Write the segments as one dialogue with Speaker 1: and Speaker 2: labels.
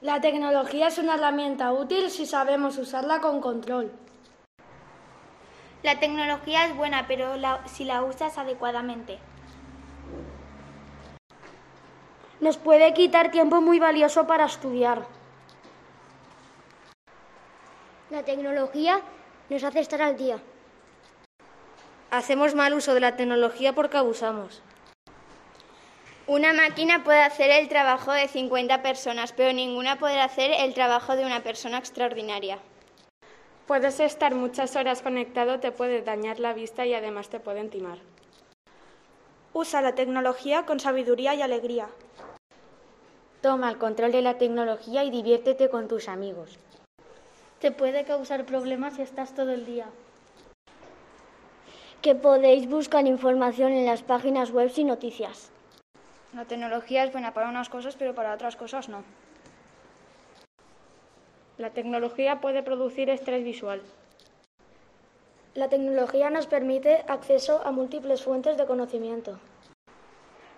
Speaker 1: La tecnología es una herramienta útil si sabemos usarla con control.
Speaker 2: La tecnología es buena, pero la- si la usas adecuadamente.
Speaker 3: Nos puede quitar tiempo muy valioso para estudiar. La tecnología nos hace estar al día.
Speaker 4: Hacemos mal uso de la tecnología porque abusamos.
Speaker 2: Una máquina puede hacer el trabajo de 50 personas, pero ninguna podrá hacer el trabajo de una persona extraordinaria.
Speaker 5: Puedes estar muchas horas conectado, te puede dañar la vista y además te pueden timar.
Speaker 6: Usa la tecnología con sabiduría y alegría.
Speaker 4: Toma el control de la tecnología y diviértete con tus amigos.
Speaker 3: Te puede causar problemas si estás todo el día. Que podéis buscar información en las páginas web y noticias.
Speaker 2: La tecnología es buena para unas cosas, pero para otras cosas no.
Speaker 5: La tecnología puede producir estrés visual.
Speaker 3: La tecnología nos permite acceso a múltiples fuentes de conocimiento.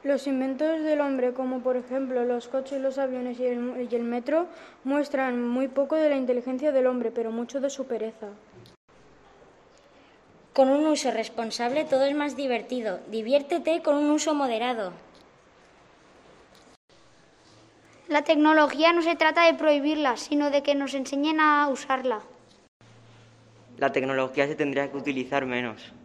Speaker 7: Los inventos del hombre, como por ejemplo los coches, los aviones y el, y el metro, muestran muy poco de la inteligencia del hombre, pero mucho de su pereza.
Speaker 4: Con un uso responsable todo es más divertido. Diviértete con un uso moderado.
Speaker 3: La tecnología no se trata de prohibirla, sino de que nos enseñen a usarla.
Speaker 8: La tecnología se tendría que utilizar menos.